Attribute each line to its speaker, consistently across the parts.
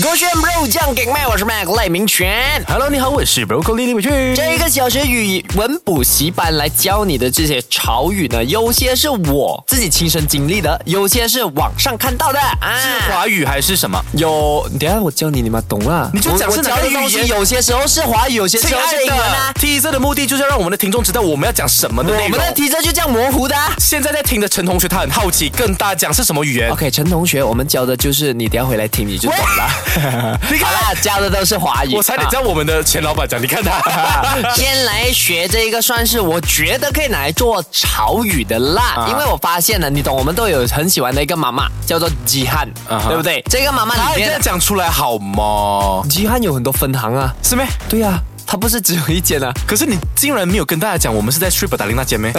Speaker 1: 勾选 bro 酱给麦，我是 Mac 赖明全。
Speaker 2: Hello，你好，我是 Broccoli 李伟俊。
Speaker 1: 这一个小学语文补习班来教你的这些潮语呢，有些是我自己亲身经历的，有些是网上看到的啊。
Speaker 2: 华语还是什么？
Speaker 1: 有，等一下我教你，你们懂啦。
Speaker 3: 你就讲
Speaker 1: 我
Speaker 3: 是
Speaker 1: 我
Speaker 3: 哪
Speaker 1: 教
Speaker 3: 个
Speaker 1: 的
Speaker 3: 语
Speaker 1: 东西，
Speaker 3: 言
Speaker 1: 有些时候是华语，有些时
Speaker 3: 亲
Speaker 1: 候是
Speaker 3: 爱
Speaker 1: 英文啊
Speaker 3: 的。，T 这的目的就是让我们的听众知道我们要讲什么的内
Speaker 1: 我
Speaker 3: 容
Speaker 1: 们。的题这就这样模糊的啊、
Speaker 3: 现在在听的陈同学，他很好奇，跟大家讲是什么语言。
Speaker 1: OK，陈同学，我们教的就是你等一下回来听你就懂了。
Speaker 3: 你看 啊
Speaker 1: 好啦，教的都是华语。
Speaker 3: 我差点
Speaker 1: 啊
Speaker 3: 叫我们的前老板讲，你看啊 哎他。
Speaker 1: 先来学这个，算是我觉得可以拿来做潮语的啦，因为我发现了，你懂，我们都有很喜欢的一个妈妈，叫做吉汉，
Speaker 3: 啊哈
Speaker 1: 对不对？这个妈妈
Speaker 3: 啊，你
Speaker 1: 里
Speaker 3: 这
Speaker 1: 面
Speaker 3: 样，讲出来好吗？
Speaker 1: 吉汉有很多分行啊，
Speaker 3: 是没？
Speaker 1: 对啊，它不是只有一间啊，
Speaker 3: 可是你竟然没有跟大家讲，我们是在 Strip 打铃那间没？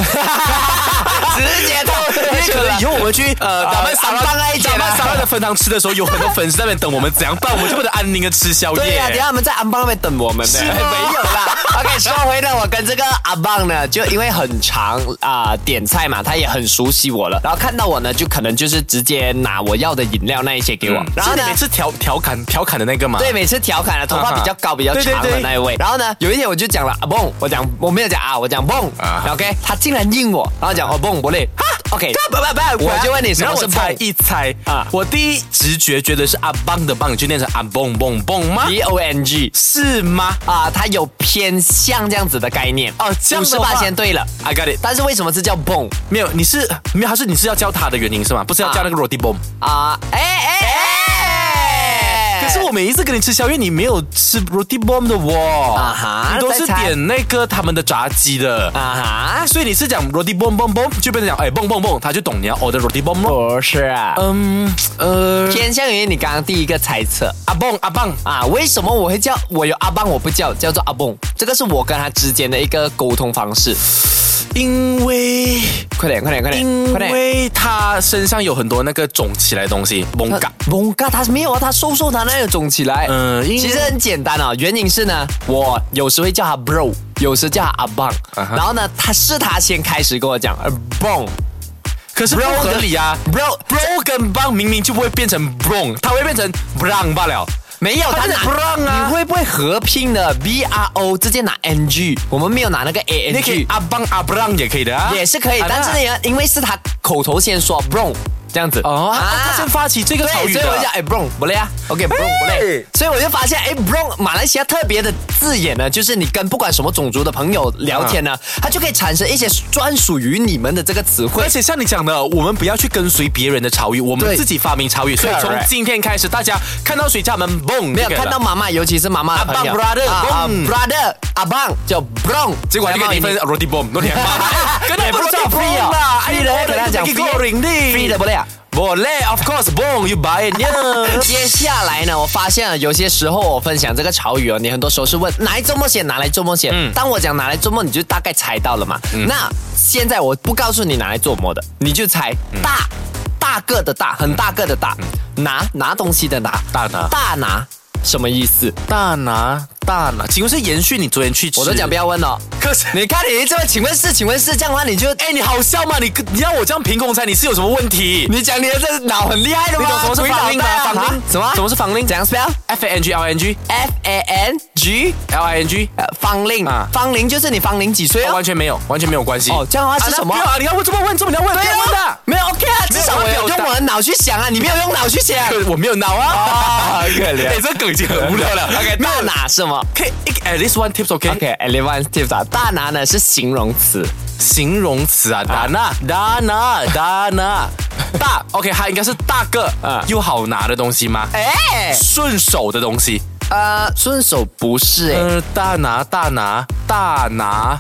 Speaker 1: 直接透
Speaker 3: 因为可能以后我们去呃打扮沙拉，
Speaker 1: 安邦那一间啊
Speaker 3: 打扮沙拉的分堂吃的时候，有很多粉丝在那边等我们，怎样办？我们就不能安宁的吃宵夜。
Speaker 1: 对呀、啊等一下他们在安邦那边等我们呢。
Speaker 3: 吗
Speaker 1: 没有啦。OK，说回呢，我跟这个阿邦呢，就因为很常啊、点菜嘛，他也很熟悉我了，然后看到我呢，就可能就是直接拿我要的饮料那一些给我，然
Speaker 3: 然
Speaker 1: 后
Speaker 3: 后
Speaker 1: 呢
Speaker 3: 你。每次调调侃调侃的那个嘛，
Speaker 1: 对，每次调侃了，头发
Speaker 3: 啊哈
Speaker 1: 比较高、比较长
Speaker 3: 对
Speaker 1: 的
Speaker 3: 对对
Speaker 1: 那一位。然后呢，有一天我就讲了阿蹦，我讲我没有讲啊，我讲蹦
Speaker 3: 啊哈
Speaker 1: ，OK，他竟然应我，然后讲哦蹦不累哈，OK，
Speaker 3: 不不不，
Speaker 1: 我就问你什
Speaker 3: 然
Speaker 1: 么
Speaker 3: 后
Speaker 1: 是
Speaker 3: 我猜
Speaker 1: 蹦
Speaker 3: 一猜
Speaker 1: 啊
Speaker 3: 啊！我第一直觉觉得是阿邦的棒，你就念成阿蹦蹦蹦吗？
Speaker 1: ，B O N G
Speaker 3: 是吗？
Speaker 1: 啊，它有偏向这样子的概念
Speaker 3: 哦这样
Speaker 1: 五十
Speaker 3: 的
Speaker 1: 八
Speaker 3: 话
Speaker 1: 先对了，
Speaker 3: I got it。
Speaker 1: 但是为什么是叫蹦
Speaker 3: 没有，你是没有，还是你是要教他的原因是吗？不是要教那个 Roti Bomb。
Speaker 1: 啊？哎哎哎！
Speaker 3: 可是我每一次跟你吃宵夜，你没有吃 Roti Bomb 的哦，
Speaker 1: 啊哈
Speaker 3: 你都是
Speaker 1: 再猜
Speaker 3: 点那个他们的炸鸡的。
Speaker 1: 啊哈，
Speaker 3: 所以你是讲 Roti Bomb Bomb Bomb，就变成讲哎蹦蹦蹦，他就懂你要 order Roti Bomb 咯。
Speaker 1: 不是啊，
Speaker 3: 嗯呃，
Speaker 1: 偏向于你刚刚第一个猜测。
Speaker 3: 阿蹦阿棒，
Speaker 1: 啊，为什么我会叫我有阿邦，我不叫叫做阿蹦？这个是我跟他之间的一个沟通方式。
Speaker 3: 因为。
Speaker 1: 快点，快点，快点，
Speaker 3: 因
Speaker 1: 快点！
Speaker 3: 为他身上有很多那个肿起来的东西，蒙嘎。
Speaker 1: 蒙呃嘎，他没有啊，他瘦瘦的，那有肿起来。
Speaker 3: 嗯因为
Speaker 1: 其实很简单啊、原因是呢，我有时会叫他 bro，有时叫他阿棒
Speaker 3: 啊哈
Speaker 1: 然后呢，他是他先开始跟我讲呃 bong
Speaker 3: 可是不
Speaker 1: Bro
Speaker 3: 合理啊
Speaker 1: ，bro
Speaker 3: ！bro 跟 bang 明明就不会变成 bro，它会变成 brown 罢了。
Speaker 1: 没有，
Speaker 3: 他
Speaker 1: 他
Speaker 3: 是
Speaker 1: 拿
Speaker 3: bro 啊
Speaker 1: 你会不会合拼的 b r o 直接拿 n g？我们没有拿那个 a
Speaker 3: 你
Speaker 1: n
Speaker 3: 可以
Speaker 1: g，
Speaker 3: 阿 bang 阿 brown 也可以的啊，
Speaker 1: 也是可以，
Speaker 3: 啊
Speaker 1: 但是
Speaker 3: 那
Speaker 1: 呢，因为是他口头先说 bro 这样子啊
Speaker 3: 哦，他先发起这个潮
Speaker 1: 对，
Speaker 3: 语
Speaker 1: 所以我就讲
Speaker 3: 的。
Speaker 1: 哎 bro 不累啊，OK bro 不累
Speaker 3: 哎，
Speaker 1: 所以我就发现哎 bro 马来西亚特别的字眼呢，就是你跟不管什么种族的朋友聊天
Speaker 3: 啊
Speaker 1: 呢，它就可以产生一些专属于你们的这个词汇
Speaker 3: 而。且像你讲的，我们不要去跟随别人的潮语，我
Speaker 1: 对
Speaker 3: 们自己发明潮语。所以
Speaker 1: Correct
Speaker 3: 从今天开始，大家看到谁叫我们 bong，
Speaker 1: 没有看到妈妈，尤其是妈妈的朋友
Speaker 3: 阿棒 brother，
Speaker 1: 啊啊
Speaker 3: bong
Speaker 1: brother 阿棒叫 bro，
Speaker 3: 结果就给你分 roti bomb，那天 跟他
Speaker 1: 也不
Speaker 3: 不
Speaker 1: 知道
Speaker 3: 叫
Speaker 1: free
Speaker 3: bong
Speaker 1: 啊
Speaker 3: 啦，
Speaker 1: ，free 的跟他讲 free
Speaker 3: 零的
Speaker 1: free 的不累啊。
Speaker 3: Boleh, of course, bong you buy it. yeah.
Speaker 1: 接下来呢，我发现了有些时候我分享这个潮语哦，你很多时候是问拿来做默写，拿来做默写。
Speaker 3: 嗯
Speaker 1: 当我讲拿来做默，你就大概猜到了嘛。那现在我不告诉你拿来做么的，你就猜
Speaker 3: 嗯
Speaker 1: 大大个的大，很大个的大，拿拿东西的拿，
Speaker 3: 大拿
Speaker 1: 大拿什么意思？
Speaker 3: 大拿大拿，请问是延续你昨天去吃？
Speaker 1: 我都讲不要问了。
Speaker 3: 可是
Speaker 1: 你看你这么请问是请问是这样的话，你就
Speaker 3: 哎，你好笑吗？你你要我这样凭空猜，你是有什么问题？
Speaker 1: 你讲你的这脑很厉害的吗？
Speaker 3: 你懂什么是
Speaker 1: 鬼脑
Speaker 3: 防令吗
Speaker 1: 袋啊
Speaker 3: 防令
Speaker 1: 啊什么
Speaker 3: 什么是防令
Speaker 1: 怎样 spell？
Speaker 3: F A N G L I N G
Speaker 1: F A N G
Speaker 3: L I N G，
Speaker 1: 呃，芳龄
Speaker 3: 啊
Speaker 1: 芳龄就是你芳龄几岁
Speaker 3: 哦
Speaker 1: 哦
Speaker 3: 完？全没有，完全没有关系。
Speaker 1: 哦，这样的话是
Speaker 3: 那
Speaker 1: 什么
Speaker 3: 不？要啊！你看我这么问，这么你要问，不
Speaker 1: 对
Speaker 3: 要问
Speaker 1: 啊
Speaker 3: 的，。
Speaker 1: 没有 OK 啊，至少我
Speaker 3: 没有
Speaker 1: 有
Speaker 3: 表达
Speaker 1: 用我的脑去想啊，你没有用脑去想。
Speaker 3: 可我没有脑啊，
Speaker 1: 啊可怜
Speaker 3: 哎，这梗已经很无聊了。OK，没
Speaker 1: 大
Speaker 3: 有。
Speaker 1: 拿是吗
Speaker 3: 可以一个 at least one tips OK？
Speaker 1: ？OK，eleven tips 啊，大拿呢是形容词，
Speaker 3: 形容词啊，大拿大拿大拿大 OK，它应该是大个
Speaker 1: 啊
Speaker 3: 又好拿的东西吗？
Speaker 1: 哎，
Speaker 3: 顺手的东西。
Speaker 1: 呃，顺手不是哎，
Speaker 3: 呃，大拿大拿大拿，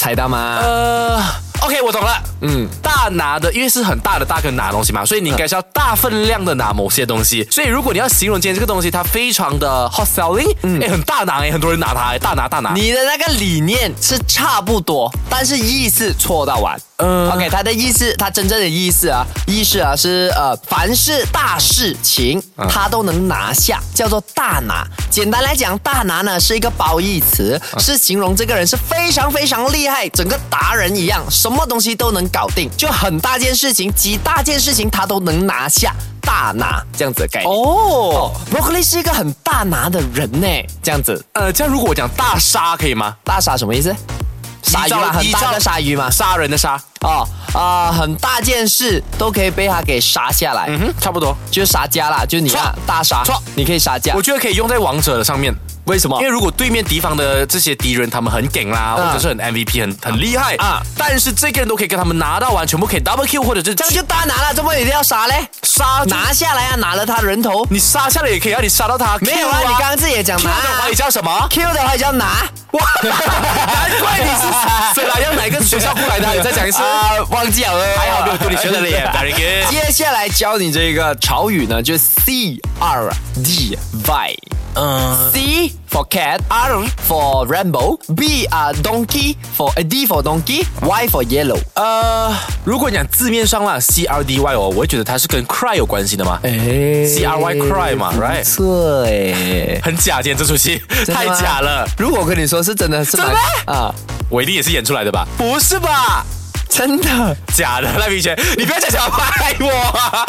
Speaker 1: 猜到吗？
Speaker 3: 呃，OK，我懂了，嗯，大拿的，因为是很大的大跟拿的东西嘛，所以你应该是要大分量的拿某些东西。所以如果你要形容今天这个东西，它非常的 hot selling，嗯，哎，很大拿哎，很多人拿它，哎大拿大拿。
Speaker 1: 你的那个理念是差不多，但是意思错到完。
Speaker 3: 嗯
Speaker 1: OK，他的意思，他真正的意思啊，意思啊是呃，凡是大事情他都能拿下，叫做大拿。简单来讲，大拿呢是一个褒义词，是形容这个人是非常非常厉害，整个达人一样，什么东西都能搞定，就很大件事情，几大件事情他都能拿下，大拿这样子的概念。
Speaker 3: 哦，
Speaker 1: Broccoli 是一个很大拿的人呢，这样子。
Speaker 3: 呃，这样如果我讲大杀可以吗？
Speaker 1: 大鲨什么意思？鲨
Speaker 3: 依
Speaker 1: 鱼嘛，
Speaker 3: 照
Speaker 1: 很
Speaker 3: 依
Speaker 1: 大
Speaker 3: 照
Speaker 1: 个鲨鱼嘛。
Speaker 3: 杀人的杀，
Speaker 1: 哦，啊、很大件事都可以被他给杀下来，
Speaker 3: 嗯哼，差不多。
Speaker 1: 就是杀价啦，就是你看
Speaker 3: 错
Speaker 1: 大杀
Speaker 3: 错，
Speaker 1: 你可以杀价
Speaker 3: 我。觉得可以用在王者的上面。
Speaker 1: 为什么
Speaker 3: 因为如果对面敌方的这些敌人他们很梗啦，
Speaker 1: 啊
Speaker 3: 或者是很 MVP 很很厉害
Speaker 1: 啊
Speaker 3: 啊，但是这个人都可以跟他们拿到完，全部可以 double kill 或者是
Speaker 1: 这样就大拿了，这么一定要杀嘞？
Speaker 3: 杀就
Speaker 1: 拿下来啊，拿了他人头。
Speaker 3: 你杀下来也可以啊，你杀到他
Speaker 1: 没有啊，
Speaker 3: Q
Speaker 1: 你刚刚自己也讲
Speaker 3: Q
Speaker 1: 拿、
Speaker 3: 的
Speaker 1: 啊
Speaker 3: 华语。叫什么？
Speaker 1: Q 的话也叫拿，
Speaker 3: 哇，难怪你是谁来？要哪个学校过来的？你再讲一 次。
Speaker 1: 啊，忘记了，
Speaker 3: 还好没有读你学的嘞 ，very good。
Speaker 1: 接下来教你这个潮语呢，就 C R D Y。
Speaker 3: 嗯，
Speaker 1: C for cat, R for rainbow, B are donkey for a D for donkey, Y for yellow。Uh,
Speaker 3: 呃，如果你讲字面上啦，C R D Y 哦，我会觉得它是跟 cry 有关系的嘛。
Speaker 1: C
Speaker 3: CRY cry 嘛，right？
Speaker 1: 对。
Speaker 3: 很假，今天这出戏
Speaker 1: 真的吗
Speaker 3: 太假了。
Speaker 1: 如果我跟你说是真的是蛮
Speaker 3: 真
Speaker 1: 啊，
Speaker 3: 伟力也是演出来的吧？不是吧？
Speaker 1: 真的。
Speaker 3: 假的，赖皮全，你不要假假拍我，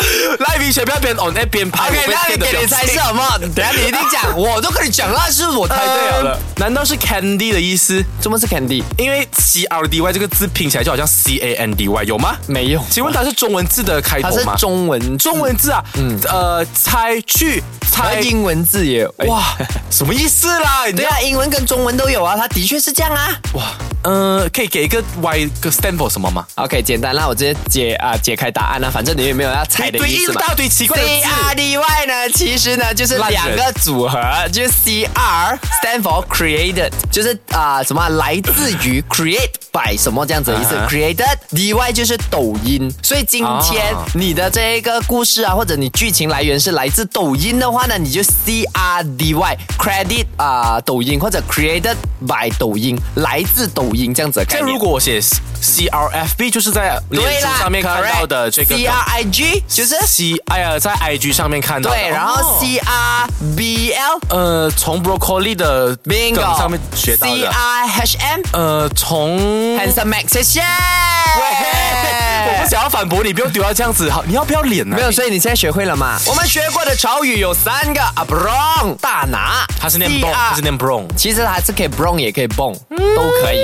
Speaker 3: 赖皮全不要边 on 那边拍。
Speaker 1: OK，那你给你猜是什么？等下你一定讲，我都跟你讲了，是我猜
Speaker 3: 太
Speaker 1: 对
Speaker 3: 对
Speaker 1: 了
Speaker 3: 了。，呃难道是 candy 的意思？
Speaker 1: 怎么是 Candy？
Speaker 3: 因为 C R D Y 这个字拼起来就好像 C A N D Y，有吗？
Speaker 1: 没有
Speaker 3: 请问它是中文字的开头
Speaker 1: 它
Speaker 3: 吗？
Speaker 1: 是中文，
Speaker 3: 中文字啊，呃，猜去
Speaker 1: 和
Speaker 3: 猜，
Speaker 1: 英文字也有。哇，
Speaker 3: 哇，哎什么意思啦？你这
Speaker 1: 对
Speaker 3: 样
Speaker 1: 啊，英文跟中文都有啊，它的确是这样啊。
Speaker 3: 哇，呃，可以给一个 Y 个 stand for 什么吗？
Speaker 1: OK，简单啦，我直接解啊、解开答案啦、反正你也没有要猜
Speaker 3: 一
Speaker 1: 的
Speaker 3: 堆
Speaker 1: 意
Speaker 3: 一
Speaker 1: 思嘛。
Speaker 3: 大堆奇怪的
Speaker 1: C
Speaker 3: 字。
Speaker 1: R D Y 呢，其实呢就是
Speaker 3: 烂人
Speaker 1: 两个组合，就是 C R stand for created，就是啊、什么啊来自于 create by 什么这样子的意思、
Speaker 3: 啊
Speaker 1: c r e a t e d D Y 就是抖音，所以今天
Speaker 3: 哦
Speaker 1: 你的这个故事啊，或者你剧情来源是来自抖音的话呢，你就 C R D Y credit 啊、抖音或者 created by 抖音，来自抖音这样子的概
Speaker 3: 但
Speaker 1: 念
Speaker 3: 如。果我写 C R F B，就是在脸
Speaker 1: 对
Speaker 3: 书
Speaker 1: 啦，
Speaker 3: 上面看到的这个
Speaker 1: C R I G 就是
Speaker 3: C，哎呀，在 I G 上面看到的。哦
Speaker 1: 对，然后 C R B L
Speaker 3: 呃，从 broccoli 的
Speaker 1: bingo
Speaker 3: 梗上面学到
Speaker 1: C
Speaker 3: 的。
Speaker 1: R H M
Speaker 3: 呃，从
Speaker 1: handsome max 谢谢。
Speaker 3: 我不想要反驳你，不用丢到这样子。好，你要不要脸呢、
Speaker 1: 没有，，所以你现在学会了嘛？我们学过的潮语有三个啊，brong 大拿，
Speaker 3: 他是念
Speaker 1: C
Speaker 3: bron，
Speaker 1: R
Speaker 3: 他是念 bron。
Speaker 1: 其实它是可以 brong 也可以 bong，都可以。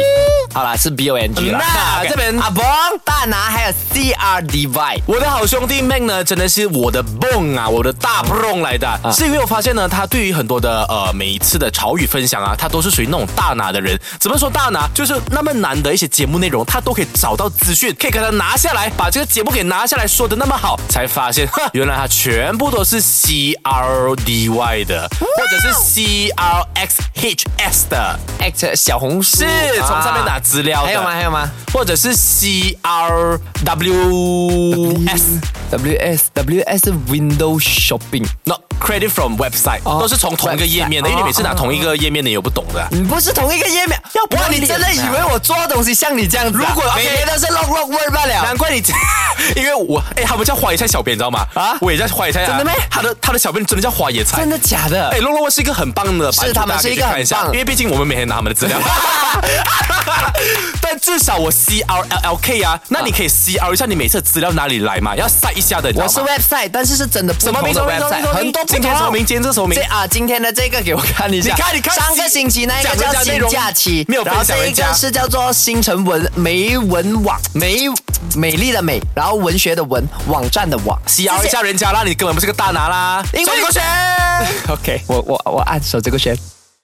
Speaker 1: 好啦，是 b o n g 啦。
Speaker 3: 那
Speaker 1: OK
Speaker 3: 这边
Speaker 1: 啊 brong 大拿还有 c r d y。
Speaker 3: 我的好兄弟 Man 呢，真的是我的蹦啊，我的大蹦来的。
Speaker 1: 啊
Speaker 3: 是因为我发现呢，他对于很多的呃每一次的潮语分享啊，他都是属于那种大拿的人。怎么说大拿？就是那么难的一些节目内容，他都可以找到资讯，可以给他拿下来，把这个节目给拿下来，说的那么好，才发现， 哼，原来他全部都是 C R D Y 的，或者是 C R X H S 的，
Speaker 1: at 小红书
Speaker 3: 是从上面拿
Speaker 1: 啊
Speaker 3: 资料的。
Speaker 1: 还有吗？还有吗？
Speaker 3: 或者是 C R W S。
Speaker 1: WS WS Window Shopping，
Speaker 3: No credit from website，、
Speaker 1: 哦
Speaker 3: 都是从同一个页面的，
Speaker 1: website，
Speaker 3: 因
Speaker 1: 哦
Speaker 3: 为你每次拿同一个页面的，你又不懂的啊、
Speaker 1: 你不是同一个页面，
Speaker 3: 要不要
Speaker 1: 哇，你
Speaker 3: 脸
Speaker 1: 真的
Speaker 3: 啊
Speaker 1: 以为我做的东西像你这样子啊、
Speaker 3: 如果
Speaker 1: 每
Speaker 3: OK
Speaker 1: 天都是 lock lock word 罢了
Speaker 3: 难。怪你， 因为我哎、他们叫花野菜小编，你知道吗？
Speaker 1: 啊
Speaker 3: 啊，我也叫花野菜、啊，
Speaker 1: 真的咩
Speaker 3: 他的他的小编真的叫花野菜
Speaker 1: 真。的假的？
Speaker 3: 哎，洛洛是一个很棒的版主，
Speaker 1: 是他们
Speaker 3: 大家可以
Speaker 1: 是一个
Speaker 3: 去看一下
Speaker 1: 很棒
Speaker 3: 因为毕竟我们每天拿他们的 资料。但至少我 C R L L K 啊，那你可以 C R 一下你每次的资料哪里来嘛，要晒一下的，你知道
Speaker 1: 我
Speaker 3: 吗？
Speaker 1: 是 website，但是是真的不
Speaker 3: 什么
Speaker 1: 同
Speaker 3: 名？
Speaker 1: 的
Speaker 3: 什么名？什么
Speaker 1: website，
Speaker 3: 名？
Speaker 1: 很多不
Speaker 3: 今天什么
Speaker 1: 同
Speaker 3: 名？。啊今天这什么名
Speaker 1: 这？啊，今天的这个给我看一下。
Speaker 3: 你看你看
Speaker 1: 上个星期那一个
Speaker 3: 讲人
Speaker 1: 叫
Speaker 3: 家内
Speaker 1: 新
Speaker 3: 容
Speaker 1: 假期，
Speaker 3: 没有
Speaker 1: 然后
Speaker 3: 分享
Speaker 1: 这一
Speaker 3: 人家
Speaker 1: 个是叫做新城文美文网美美丽的美，然后文学的文网站的网。
Speaker 3: C R 一下人家啦，你根本不是个大拿啦。
Speaker 1: 因为
Speaker 3: 手机给我选
Speaker 1: OK，我我我按手这个圈。